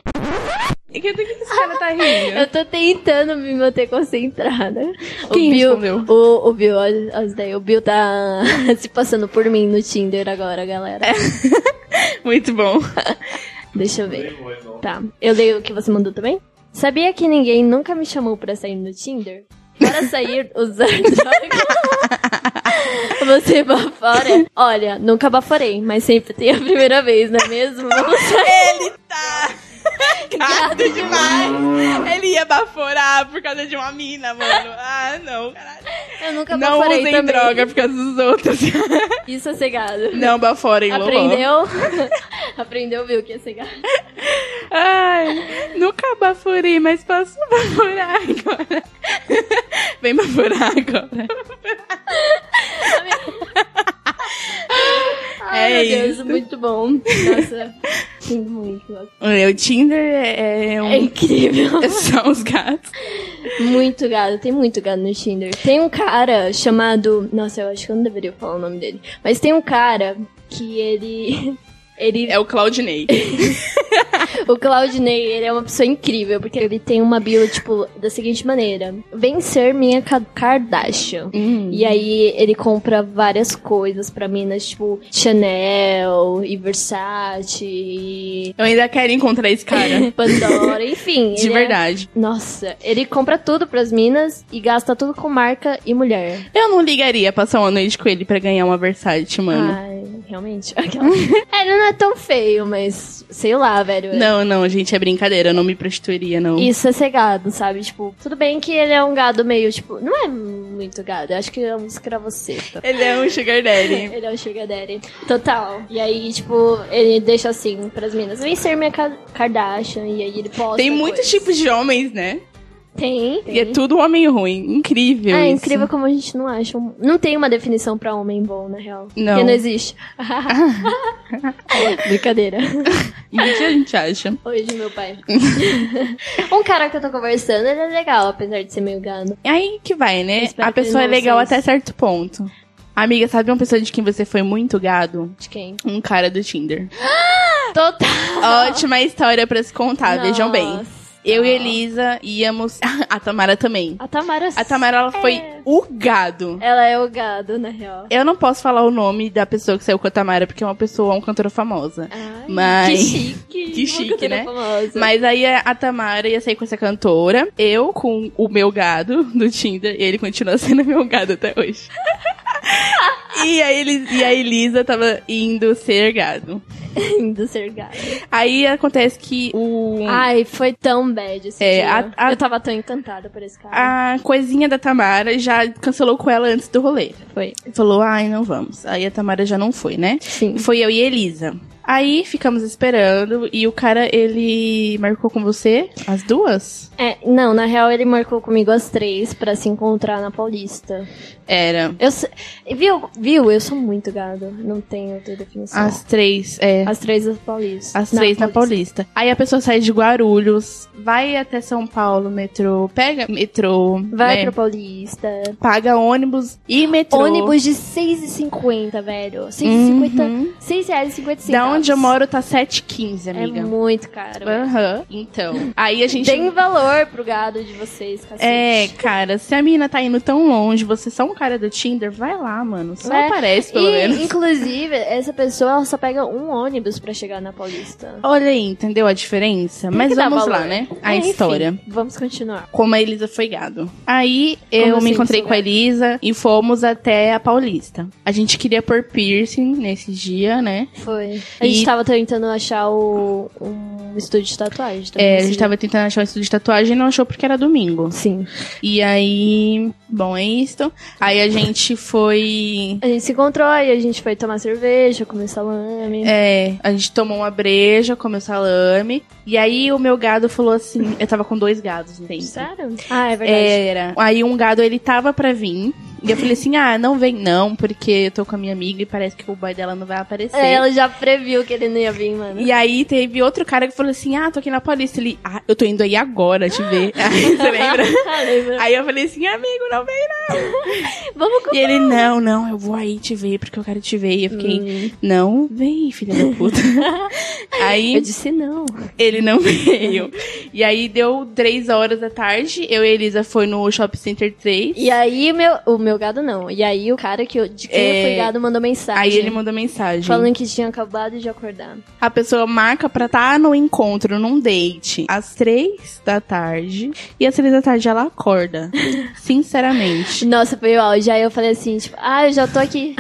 B: E que, do que que esse cara tá rindo?
A: Eu tô tentando me manter concentrada.
B: Quem
A: o Bill,
B: respondeu?
A: O, o Bill, olha as ideias. O Bill tá <laughs> se passando por mim no Tinder agora, galera.
B: <laughs> É. Muito bom.
A: Deixa eu ver. Tá. Eu leio o que você mandou também? Sabia que ninguém nunca me chamou pra sair no Tinder? Para <laughs> sair, usar droga. Você bafora? Olha, nunca baforei, mas sempre tem a primeira vez, não é mesmo? Vamos sair.
B: <laughs> Gato tá demais. Ele ia baforar por causa de uma mina, mano. Ah, não, caralho.
A: Eu nunca
B: não
A: baforei
B: usem
A: também.
B: droga por causa dos outros. <laughs>
A: Isso é cegado.
B: não baforem, loló.
A: Aprendeu? <laughs> Aprendeu, viu, que é cegado.
B: Ai, nunca baforei, mas posso baforar agora. <laughs> Vem baforar agora.
A: Ai,
B: É
A: meu Deus,
B: isso.
A: muito bom. <laughs> Nossa, sinto muito.
B: Olha, O Tinder é, é um...
A: É incrível.
B: <laughs> São os gatos.
A: Muito gado, tem muito gado no Tinder. Tem um cara chamado. Nossa, eu acho que eu não deveria falar o nome dele. Mas tem um cara que ele. <laughs> Ele,
B: É o Claudinei.
A: o Claudinei, ele é uma pessoa incrível, porque ele tem uma bio, tipo, da seguinte maneira: Vencer minha Ka- Kardashian.
B: Hum.
A: E aí ele compra várias coisas pra minas, tipo Chanel e Versace e
B: Eu ainda quero encontrar esse cara.
A: <laughs> Pandora, enfim.
B: De
A: ele é-
B: verdade.
A: Nossa, ele compra tudo pras minas e gasta tudo com marca e mulher.
B: Eu não ligaria passar uma noite com ele pra ganhar uma Versace,
A: Ah,
B: mano.
A: Ai, realmente. <laughs> Aquela... é, ele não é tão feio, mas sei lá, velho.
B: Não, não, gente, é brincadeira. Eu não me prostituiria, não.
A: Isso é ser gado, sabe? Tipo, tudo bem que ele é um gado meio, tipo, não é muito gado, eu acho que ele é um escravoceta.
B: Ele é um sugar daddy.
A: Ele é o Sugar Daddy. Total. E aí, tipo, ele deixa assim pras minas. Vem ser minha Ka- Kardashian. E aí ele posta.
B: Tem muitos
A: coisas.
B: tipos de homens, né?
A: Tem. tem.
B: E é tudo homem ruim. Incrível
A: Ah, é
B: isso.
A: incrível como a gente não acha. um- Não tem uma definição pra homem bom, na real.
B: Não.
A: Porque não
B: <laughs>
A: existe. Brincadeira.
B: Muito que a gente acha.
A: Hoje, meu pai. <laughs> um cara que eu tô conversando, ele é legal, apesar de ser meio gado.
B: Aí que vai, né?
A: Espero
B: A
A: que
B: pessoa é
A: não
B: legal
A: seja
B: até
A: isso.
B: certo ponto. Amiga, sabe uma pessoa de quem você foi muito gado?
A: De quem?
B: Um cara
A: <laughs>
B: do Tinder.
A: Total.
B: Ótima história pra se contar, Tá, vejam bem.
A: Nossa.
B: Eu e Elisa íamos. <laughs> A Tamara também.
A: A Tamara.
B: A Tamara ela foi
A: É.
B: o gado.
A: Ela é o gado, na real.
B: Eu não posso falar o nome da pessoa que saiu com a Tamara, porque é uma pessoa, uma cantora famosa.
A: Ai,
B: Mas-
A: Que chique.
B: Que
A: Uma
B: chique,
A: cantora
B: né?
A: famosa.
B: Mas aí a a Tamara ia sair com essa cantora, eu com o meu gado do Tinder, e ele continua <laughs> sendo meu gado até hoje. e, a Elis- e a Elisa tava indo ser gado.
A: do ser gado.
B: Aí acontece que o.
A: Ai, foi tão bad esse
B: É,
A: dia.
B: a- a-
A: Eu tava tão encantada por esse cara.
B: A coisinha da Tamara já cancelou com ela antes do rolê.
A: Foi.
B: Falou, ai, não vamos. Aí a Tamara já não foi, né?
A: Sim.
B: Foi eu e a Elisa. Aí ficamos esperando e o cara, ele marcou com você? As duas?
A: É, não, na real ele marcou comigo às três pra se encontrar na Paulista.
B: Era.
A: Eu se- viu, viu? Eu sou muito gado. Não tem outra definição.
B: As três, é.
A: Às três da Paulista.
B: Às três na Paulista. Aí a pessoa sai de Guarulhos, vai até São Paulo, metrô, pega metrô,
A: Vai
B: né?
A: pra Paulista.
B: paga ônibus e metrô.
A: Ônibus de 6,50, velho. 6,50.
B: Uhum.
A: R$ 6,50.
B: Dá onde eu moro tá 7,15, amiga.
A: É muito caro.
B: Aham. Então, aí a gente...
A: Tem valor pro gado de vocês, cacete.
B: É, cara, se a menina tá indo tão longe, você é só um cara do Tinder, vai lá, mano. Só
A: É.
B: aparece, pelo
A: E,
B: menos.
A: inclusive, essa pessoa ela só pega um ônibus pra chegar na Paulista.
B: Olha aí, entendeu a diferença?
A: Tem
B: Mas
A: que dar
B: vamos lá,
A: valor.
B: né? A
A: É, enfim,
B: história.
A: Vamos continuar.
B: Como a Elisa foi gado. Aí eu
A: assim,
B: me encontrei
A: foi
B: com a Elisa e fomos até a Paulista. A gente queria pôr piercing nesse dia, né?
A: Foi. A gente
B: E-
A: tava tentando achar o, um estúdio de tatuagem. também assim.
B: É, a
A: nesse
B: gente
A: dia.
B: tava tentando achar um estúdio de tatuagem e não achou porque era domingo.
A: Sim.
B: E aí, bom, é isto. Aí a gente foi.
A: A gente se encontrou e a gente foi tomar cerveja, comer salame.
B: É, a gente tomou uma breja, comeu salame. E aí o meu gado falou assim: eu tava com dois gados, entende?
A: Sério? Ah, é verdade.
B: Era. Aí um gado, ele tava pra vir. E eu falei assim, ah, não vem não, porque eu tô com a minha amiga e parece que o boy dela não vai aparecer.
A: É, ela já previu que ele não ia vir, mano.
B: E aí teve outro cara que falou assim, ah, tô aqui na Paulista. Ele, ah, eu tô indo aí agora te <laughs> ver. Aí, você lembra?
A: Ah, <laughs> lembra?
B: Aí eu falei assim, amigo, não vem
A: Vamos
B: não. E ele, não, Hum. não, eu vou aí te ver, porque eu quero te ver. E eu fiquei,
A: comer.
B: não, vem, filha <laughs> da puta. aí...
A: Eu disse não.
B: Ele não veio. E aí deu três horas da tarde. Eu e a Elisa foi no Shopping Center 3.
A: E aí, meu, o meu gado não. E aí, o cara que eu, de quem
B: É.
A: eu fui gado mandou mensagem.
B: Aí ele mandou mensagem.
A: Falando que tinha acabado de acordar.
B: A pessoa marca pra estar no encontro, num date, às três da tarde. E às três da tarde ela <laughs> acorda. Sinceramente.
A: Nossa, foi o auge. Aí eu falei assim, tipo, ah, eu já tô
B: <laughs>
A: aqui.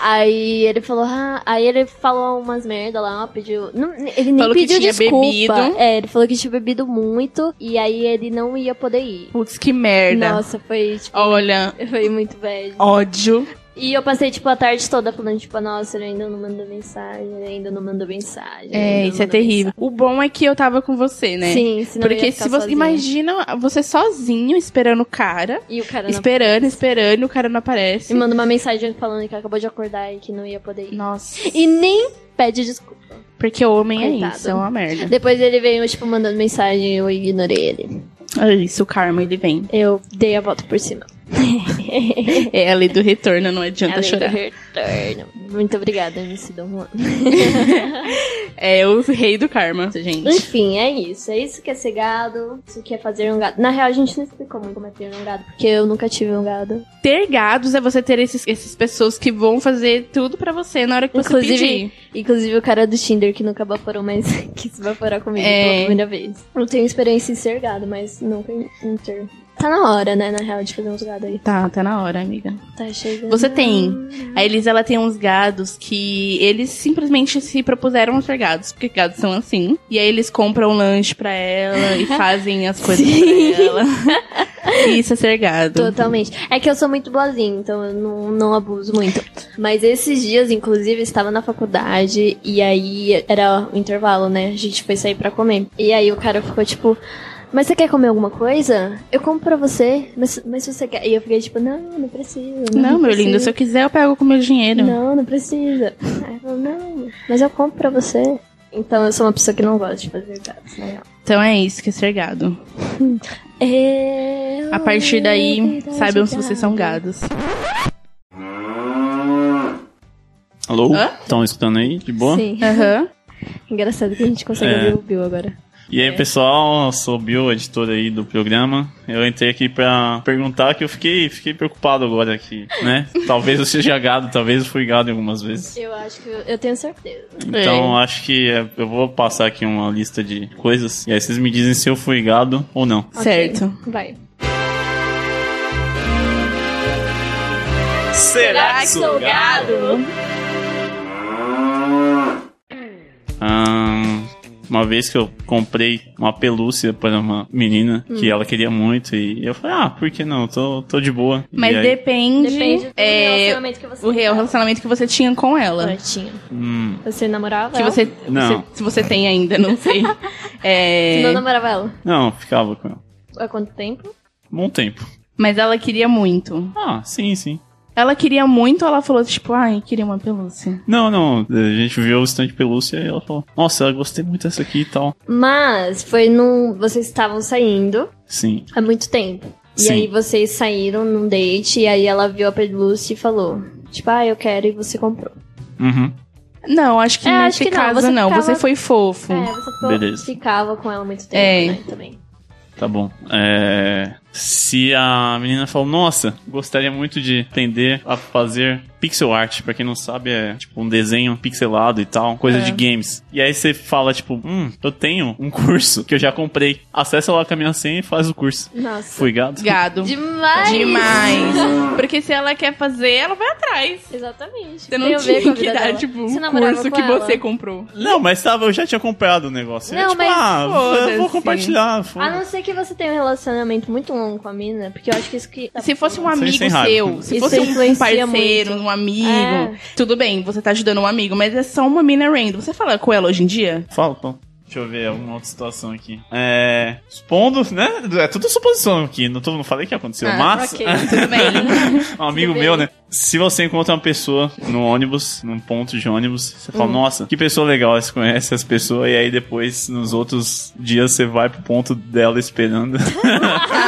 A: aí ele falou, ah, aí ele falou umas merda lá, pediu. Não, ele nem
B: Falou que
A: pediu
B: tinha
A: desculpa.
B: bebido.
A: É, ele falou que tinha bebido muito e aí ele não ia poder ir.
B: Putz, que merda.
A: Nossa, foi tipo.
B: Olha,
A: Foi muito bad.
B: ódio.
A: E eu passei, tipo, a tarde toda falando, tipo, nossa, ele ainda não mandou mensagem, ele ainda não mandou mensagem. ele ainda
B: É,
A: não
B: isso é
A: mandou
B: terrível. O bom é que eu tava com você, né?
A: mensagem. Sim, senão eu
B: Porque
A: ia
B: se
A: ficar
B: você.
A: sozinha.
B: Imagina você sozinho esperando o cara.
A: E o cara não...
B: Esperando, esperando, e o cara
A: E
B: não aparece.
A: manda uma mensagem falando que acabou de acordar e que não ia poder ir.
B: Nossa.
A: E nem pede desculpa.
B: Porque o homem é
A: Coitado.
B: isso, é uma merda.
A: Depois ele veio, tipo, mandando mensagem e eu ignorei ele.
B: É isso, o karma, ele vem.
A: Eu dei a volta por
B: <laughs>
A: cima.
B: É a lei do retorno, não adianta
A: Além É do
B: chorar.
A: retorno. Muito obrigada, MC Dom
B: <laughs>
A: Juan.
B: É o rei do karma, gente.
A: Enfim, é isso. É isso que é ser gado. Isso que é fazer um gado. Na real, a gente não explicou muito como é ter um gado, porque eu nunca tive um gado.
B: Ter gados é você ter esses, essas pessoas que vão fazer tudo pra você na hora que
A: Inclusive,
B: você pedir.
A: Inclusive o cara do Tinder que nunca vaporou, mas <laughs> quis vaporar comigo
B: É.
A: pela primeira vez. Não tenho experiência em ser gado, mas nunca em em ter. Tá na hora, né, na real, de fazer uns gados aí.
B: Tá, tá na hora, amiga.
A: Tá chegando.
B: Você tem. A Elisa, ela tem uns gados que eles simplesmente se propuseram a ser gados, porque gados são assim. E aí eles compram lanche pra
A: <laughs>
B: ela e fazem as coisas pra ela. <laughs> Isso é ser gado.
A: Totalmente. É que eu sou muito boazinha, então eu não, não abuso muito. Mas esses dias, inclusive, eu estava na faculdade e aí era o intervalo, né? A gente foi sair pra comer. E aí o cara ficou tipo. Mas você quer comer alguma coisa? Eu como pra você, mas, mas se você quer. E eu fiquei tipo, não, não preciso.
B: Não, meu
A: preciso.
B: lindo, né? se eu quiser eu pego com meu dinheiro.
A: Não, não precisa. Aí eu falo, não, mas eu compro pra você. Então eu sou uma pessoa que não gosta de fazer gatos, na real.
B: Então é isso que é ser gado.
A: Eu
B: A
A: é
B: partir daí,
A: era
B: saibam
A: de
B: se vocês são gados.
D: Alô?
B: Hã?
D: Estão escutando aí? De boa?
A: Sim.
B: Aham.
A: Engraçado que a gente consegue
D: É.
A: ouvir o Bill agora.
D: E aí, pessoal, eu sou o Bill, editor aí do programa. Eu entrei aqui pra perguntar que eu fiquei, fiquei preocupado agora aqui, <laughs> né? talvez eu seja gado, talvez eu fui gado algumas vezes.
A: Eu acho que eu, eu tenho certeza.
D: Então, acho que é, eu vou passar aqui uma lista de coisas. E aí vocês me dizem se eu fui gado ou não.
A: Ok,
B: Certo.
A: Vai.
D: Será Ahn, uma vez que eu comprei uma pelúcia para uma menina que ela queria muito. E eu falei, ah, por que não? Tô, tô de boa.
B: Mas
D: e aí,
B: depende,
A: Depende do
B: é,
A: relacionamento que você
B: o real relacionamento que você tinha com ela.
A: tinha.
D: hum,
A: Você namorava
B: Que
A: ela?
B: você,
D: Não.
B: você- Se você tem ainda,
A: <laughs>
B: não sei. É,
A: Você não namorava ela?
D: não, ficava com ela.
A: Há quanto tempo?
D: Bom tempo.
B: mas ela queria muito.
D: Ah, sim, sim.
B: Ela queria muito, ela falou, tipo, ai, queria uma pelúcia.
D: Não, não. A gente viu o stand de pelúcia e ela falou: Nossa, eu gostei muito dessa aqui e tal.
A: Mas foi num. Vocês estavam saindo
D: Sim.
A: há muito tempo. E
D: Sim.
A: aí vocês saíram num date e aí ela viu a pelúcia e falou. Tipo, ah, eu quero e você comprou.
D: Uhum.
B: Não, acho que
A: É,
B: nesse
A: acho que não,
B: caso
A: você
B: não.
A: ficava-
B: Você foi fofo.
A: É, você ficou-
D: Beleza.
A: ficava com ela muito tempo,
B: É.
A: né, também.
D: Tá bom. É, Se a menina falou, nossa, gostaria muito de aprender a fazer pixel art. Pra quem não sabe, é tipo um desenho pixelado e tal, coisa
A: É.
D: de games. E aí você fala, tipo, hum, eu tenho um curso que eu já comprei. Acessa lá com a minha senha e faz o curso.
A: Nossa.
D: Fui gado.
B: Gado.
A: Demais!
B: Demais. Porque se ela quer fazer, ela vai atrás.
A: Exatamente.
B: Você não
A: Tem a ver com a
B: tinha que
A: vida
B: dar,
A: dela.
B: tipo,
A: Você
B: um
A: namorava
B: curso
A: com
B: que
A: ela?
B: você comprou.
D: Não, mas tava, eu já tinha comprado o negócio. É
A: Não,
D: tipo,
A: mas
D: ah, eu vou
B: foda-se.
D: compartilhar.
A: A
D: foda-se.
A: não ser que você tenha um relacionamento muito longo com a mina, porque eu acho que isso que.
B: Se fosse um amigo
D: sem raiva.
B: seu, se
A: Tá Isso
B: fosse um
A: influencia
B: parceiro,
A: muito.
B: um amigo,
A: É.
B: tudo bem, você tá ajudando um amigo, mas é só uma mina random. Você fala com ela hoje em dia?
D: Fala, Paulo. Deixa eu ver alguma outra situação aqui. É. Supondo, né? É tudo suposição aqui. Não, tô, não falei que aconteceu,
B: Ah,
D: mas. <laughs>
A: ok.
B: Tudo
A: <laughs>
B: bem. <laughs>
D: Um amigo
A: Tudo
D: meu,
A: bem.
D: né? Se você encontra uma pessoa no ônibus, num ponto de ônibus, você
B: Hum.
D: fala, nossa, que pessoa legal, você conhece as pessoas, e aí depois, nos outros dias, você vai pro ponto
B: <laughs>
D: dela esperando.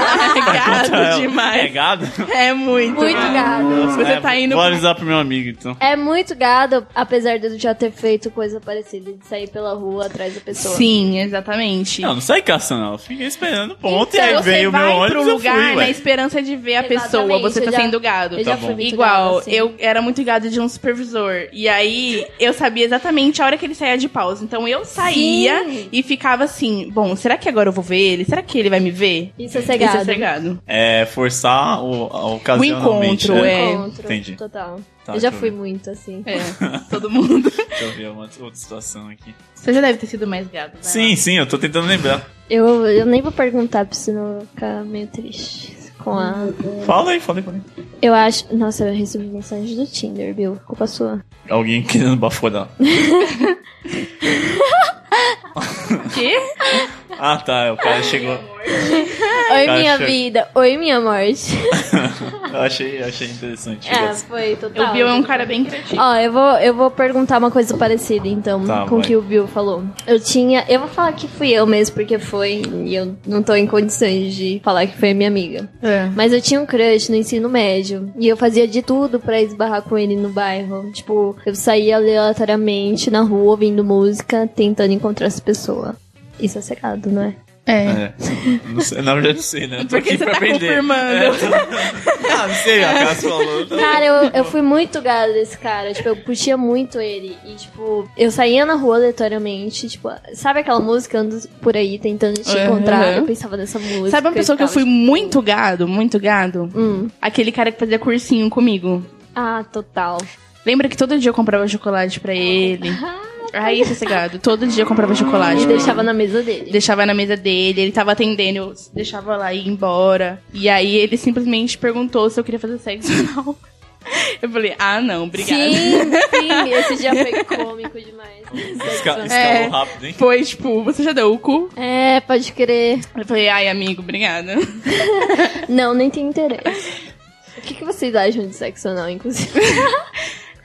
B: Gado
D: É
B: demais.
D: gado?
B: É muito.
A: Muito gado.
B: Você
D: É,
B: tá indo
D: Vou
B: pra-
D: avisar pro meu amigo, então.
A: É muito gado, apesar de eu já ter feito coisa parecida, de sair pela rua atrás da pessoa.
B: Sim, exatamente.
D: Não, não sai caçando ela. Fica esperando o ponto,
B: Então,
D: e aí
B: você
D: veio o meu
B: vai
D: ônibus
B: pro
D: eu
B: lugar né,
D: fui,
B: na
D: ué.
B: esperança de ver a
A: Exatamente,
B: pessoa, você tá
A: eu já-
B: sendo gado.
A: Eu já
D: Tá
A: fui
D: bom.
A: muito
B: Igual,
A: gado, assim.
B: eu era muito gado de um supervisor. E aí eu sabia exatamente a hora que ele saía de pausa. Então eu saía
A: Sim.
B: e ficava assim: bom, será que agora eu vou ver ele? Será que ele vai me ver?
A: Isso é ser gado.
B: Isso é ser gado.
D: É, forçar o, a- ocasionalmente.
B: encontro,
D: né?
B: é.
A: Encontro,
D: Entendi.
A: Total.
D: Tá,
A: eu já
D: deixa eu
A: fui
D: ver.
A: muito assim.
B: É, <laughs> todo mundo.
D: Deixa eu ver uma outra situação aqui.
B: Você já deve ter sido mais gado. vai lá.
D: Sim, sim, eu tô tentando lembrar.
A: Eu, eu nem vou perguntar pra você não ficar meio triste com a.
D: Fala aí, fala aí, fala aí.
A: Eu acho. Nossa, eu recebi mensagem do Tinder, Bill. Culpa sua.
D: Alguém
B: <laughs>
D: querendo baforar.
B: Quê?
D: Ah, tá. O cara chegou.
A: Oi,
D: Cara,
A: minha
D: chega.
A: vida. Oi, minha morte.
D: Eu achei, eu achei interessante.
A: É,
D: Essa.
A: foi total.
B: O Bill é um cara bem criativo.
A: Ó, eu vou, eu vou perguntar uma coisa parecida, então,
D: Tá,
A: com o
D: vai.
A: que o Bill falou. Eu tinha. Eu vou falar que fui eu mesmo, porque foi. E eu não tô em condições de falar que foi a minha amiga.
B: É.
A: Mas eu tinha um crush no ensino médio. E eu fazia de tudo pra esbarrar com ele no bairro. Tipo, eu saía aleatoriamente na rua ouvindo música, tentando encontrar essa pessoa. Isso é secado, não é?
B: É.
D: É. Não sei, na verdade, não sei, né? Eu tô
B: Porque
D: aqui
B: você
D: pra
B: tá
D: aprender.
B: confirmando. É.
D: É, eu tô- <laughs> Ah, não sei, a Cássio falou.
A: Cara, eu, eu fui muito gada desse cara. Tipo, eu curtia muito ele. E, tipo, eu saía na rua aleatoriamente. Tipo, sabe aquela música? Ando por aí tentando te
B: Aham.
A: encontrar. Eu pensava nessa música.
B: Sabe uma pessoa que eu
A: ficava,
B: fui muito gado, muito gado?
A: tipo, hum.
B: Aquele cara que fazia cursinho comigo.
A: Ah, total.
B: Lembra que todo dia eu comprava chocolate pra ele? Aí, sossegado. Todo dia eu comprava chocolate.
A: E
B: pra ele.
A: Ah, deixava na mesa dele.
B: Deixava na mesa dele, ele tava atendendo, eu deixava lá e ia embora. E aí ele simplesmente perguntou se eu queria fazer sexo ou não. Eu falei, ah, não, obrigada.
A: Sim, sim. Esse dia foi cômico demais.
D: Esca- Escalou
B: É.
D: rápido, hein?
B: Foi tipo, você já deu o cu?
A: É, pode crer.
B: Eu falei, ai, amigo, obrigada.
A: Não, nem tem interesse. O que, que vocês acham de sexo anal, inclusive?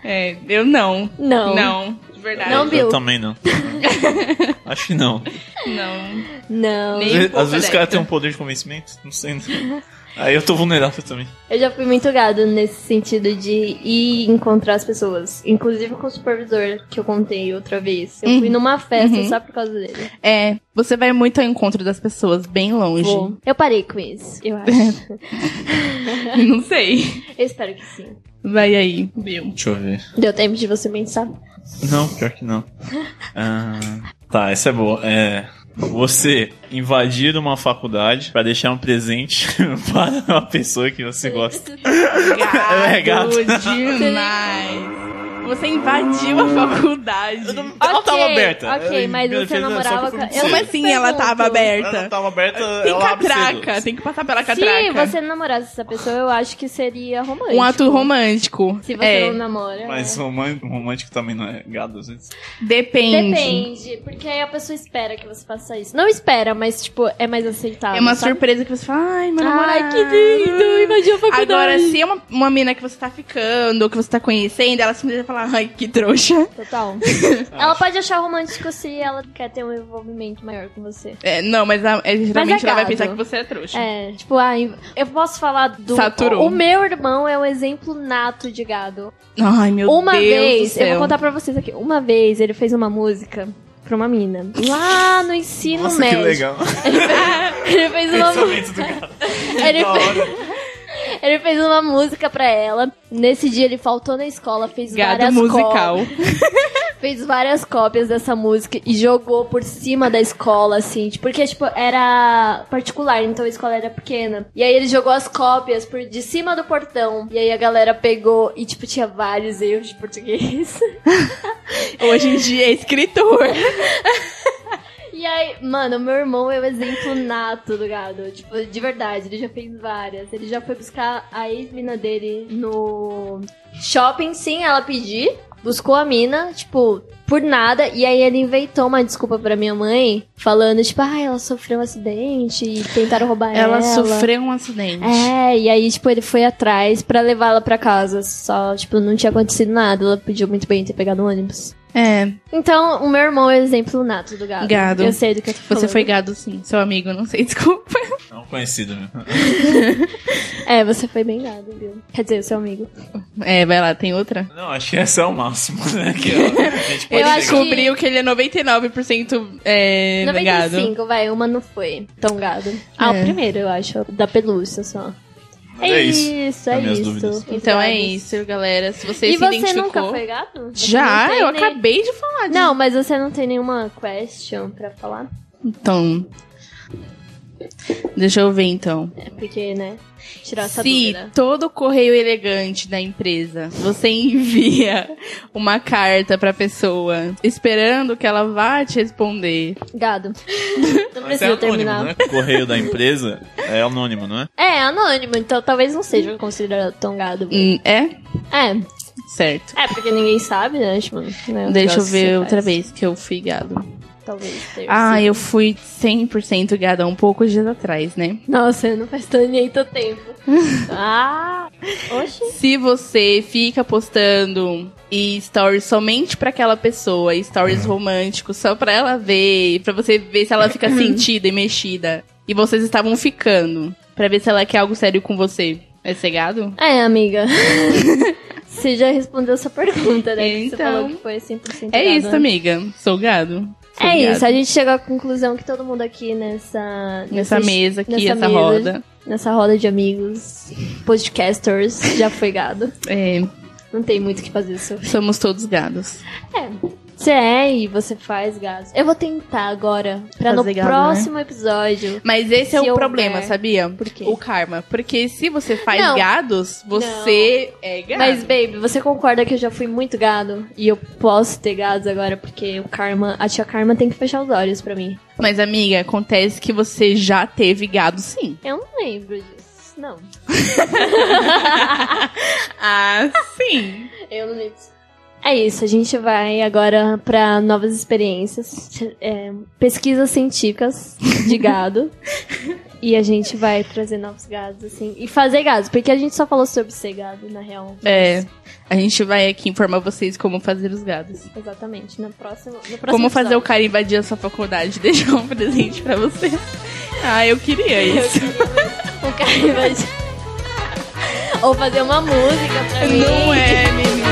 B: É, eu não.
A: Não.
B: Não, de verdade.
A: Não,
D: eu
A: Bill.
D: também não. Acho que não.
B: Não.
A: Não.
B: Nem-
D: Às vezes-
B: pouco
D: Às vezes o cara
B: dessa.
D: tem um poder de convencimento, não sei. né? <laughs> Aí eu tô vulnerável também.
A: Eu já fui muito gado nesse sentido de ir encontrar as pessoas. Inclusive com o supervisor que eu contei outra vez. Eu fui
B: Uhum.
A: numa festa só por causa dele.
B: É, você vai muito ao encontro das pessoas, bem longe.
A: Bom, eu parei com isso, eu acho.
B: <laughs> Não sei.
A: eu espero que sim.
B: Vai aí, <laughs> Bill.
D: Deixa eu ver.
A: Deu tempo de você pensar?
D: Não, pior
A: <laughs>
D: que não. Ah, tá, essa é boa. É. Você invadir uma faculdade pra deixar um presente <laughs> para uma pessoa que você gosta. É
B: Gado
D: gado.
B: demais. Você invadiu a faculdade.
D: Ela
A: Ok,
D: tava aberta.
A: ok, mas
D: Ela
A: você
D: fez- só que
A: namorava
D: foi
A: com- é
D: muito
A: Eu-
B: Como
D: cedo.
B: assim ela tava
D: Ela
B: aberta?
D: não tava é um aberta,
B: Tem
D: ela abre
B: catraca,
D: cedo. assim.
B: tem que passar pela
A: Se
B: catraca.
A: você namorasse essa pessoa, eu acho que seria romântico.
B: Um ato romântico.
A: Se você
B: É,
A: não namora. né?
D: Mas român- romântico também não é gado, às vezes.
B: depende.
A: Depende, porque aí a pessoa espera que você faça isso. Não espera, mas, tipo, é mais aceitável.
B: É uma
A: sabe?
B: surpresa que você fala, ai, meu namorado.
A: Ai, que lindo! Invadiu a faculdade.
B: Agora, se é uma, uma mina que você tá ficando, ou que você tá conhecendo, ela simplesmente fala, falar, ai, que trouxa.
A: Total. ela pode achar romântico se ela quer ter um envolvimento maior com você.
B: É, não, mas a, é, geralmente ela vai
A: gado.
B: pensar que você é trouxa.
A: É, tipo, ah, eu posso falar do.
B: Saturou.
A: O meu irmão é um exemplo nato de gado.
B: Ai, meu
A: uma
B: Deus
A: vez,
B: do céu.
A: eu vou contar pra vocês aqui. Uma vez ele fez uma música pra uma mina. Lá no ensino
E: Nossa, que
A: médio.
D: <laughs>
E: legal.
A: <laughs> Ele fez uma
D: Pensamento do gato.
A: Ele
D: Da hora.
A: <laughs> Ele fez uma música pra ela. Nesse dia ele faltou na escola, fez
B: Gado
A: várias
B: musical.
A: cópias. Fez várias cópias dessa música e jogou por cima da escola, assim. tipo, Porque, tipo, era particular, então a escola era pequena. E aí ele jogou as cópias por de cima do portão. E aí a galera pegou e, tipo, tinha vários erros de português. <laughs>
B: Hoje em dia é escritor.
A: E aí, mano, meu irmão é o exemplo nato do gado. Tipo, de verdade, ele já fez várias. Ele já foi buscar a ex-mina dele no shopping, sim, ela pedir. Buscou a mina, tipo, por nada. E aí ele inventou uma desculpa pra minha mãe, falando, tipo, ah, ela sofreu um acidente e tentaram roubar ela.
B: Ela, sofreu um acidente.
A: É, e aí, tipo, ele foi atrás pra levá-la pra casa. Só, tipo, não tinha acontecido nada. Ela podia muito bem ter pegado um ônibus.
B: É,
A: Então, o meu irmão é o exemplo nato do gado.
B: Gado.
A: Eu sei do que eu tô falando.
B: você foi gado sim, seu amigo, não sei, <laughs> desculpa.
E: Não conhecido, né?
A: É, você foi bem gado, viu? Quer dizer, seu amigo.
B: É, vai lá, tem outra?
E: Não, acho que essa é o máximo, né?
A: <laughs>
E: Que ó, a gente pode
A: Eu
B: Ele
A: acho
E: chegar.
B: descobriu que... ele é 99% é, gado.
A: 95, vai, uma não foi tão gado. Ah,
B: É.
A: o primeiro, eu acho, da pelúcia só.
E: Mas é isso.
A: é
E: as minhas
A: isso.
E: dúvidas.
A: Os
B: Então é
A: gados.
B: isso, galera. Se você
A: E
B: se
A: você
B: identificou.
A: nunca foi gado? Você não
B: Já,
A: tem
B: eu
A: nem-
B: acabei de falar disso.
A: Não, mas você não tem nenhuma question pra falar?
B: Então. Deixa eu ver então.
A: É porque, né? Tirar essa
B: Se
A: dúvida.
B: todo o correio elegante da empresa você envia <laughs> uma carta pra pessoa esperando que ela vá te responder.
A: Gado. Não
E: Mas é
A: precisa
E: anônimo,
A: terminar.
E: né?
D: Correio da empresa é anônimo, não é?
A: É, anônimo, então talvez não seja considerado tão gado.
B: Hum, é?
A: É,
B: Certo.
A: é porque ninguém sabe, né? Tipo, né, os
B: Deixa eu
A: negócios que você
B: ver outra
A: faz.
B: vez que eu fui gado.
A: Talvez. tenha
B: Ah,
A: sido.
B: eu fui 100% gada um pouco dias atrás, né?
A: Nossa, não faz tão nem tanto
B: <laughs>
A: tempo. ah! Oxi!
B: Se você fica postando e stories somente pra aquela pessoa, e stories românticos só pra ela ver, e pra você ver se ela fica sentida e mexida, e vocês estavam ficando, pra ver se ela quer algo sério com você, é cegado?
A: É, amiga. <laughs> Você já respondeu essa pergunta, né? Que Você
B: Então.
A: falou que foi 100%
B: É
A: gado,
B: isso,
A: né?
B: amiga. Sou gado. Sou
A: É
B: gado.
A: isso, a gente chegou à conclusão que todo mundo aqui nessa...
B: Nessa
A: nesse-
B: mesa aqui,
A: nessa
B: essa
A: mesa.
B: roda.
A: Nessa roda de amigos, podcasters, já foi gado.
B: É,
A: Não tem muito o que fazer sobre.
B: somos todos gados.
A: Você é e você faz gado. Eu vou tentar agora, pra no
B: Fazer gado, né?
A: próximo episódio...
B: Mas esse
A: Se
B: é o
A: houver.
B: problema, sabia?
A: Por quê?
B: O karma. Porque se você faz
A: Não.
B: gados, você é gado.
A: Mas, baby, você concorda que eu já fui muito gado? E eu posso ter gados agora, porque o Karma, a tia Karma tem que fechar os olhos pra mim.
B: Mas, amiga, acontece que você já teve gado, sim.
A: Eu não lembro disso. <laughs> Não.
B: <laughs> Ah, sim.
A: Eu não lembro disso. É isso, a gente vai agora pra novas experiências, é, pesquisas científicas de <laughs> gado. e a gente vai trazer novos gados, assim. E fazer gados, porque a gente só falou sobre ser gado, na real.
B: É. A gente vai aqui informar vocês como fazer os gados.
A: Exatamente. No próximo. No próximo
B: Como fazer o
A: episódio.
B: cara invadir a sua faculdade <laughs> e deixar um presente pra você. Ah, eu queria isso.
A: <laughs> O cara invadir. Ou fazer uma música pra mim.
B: Não é, menina.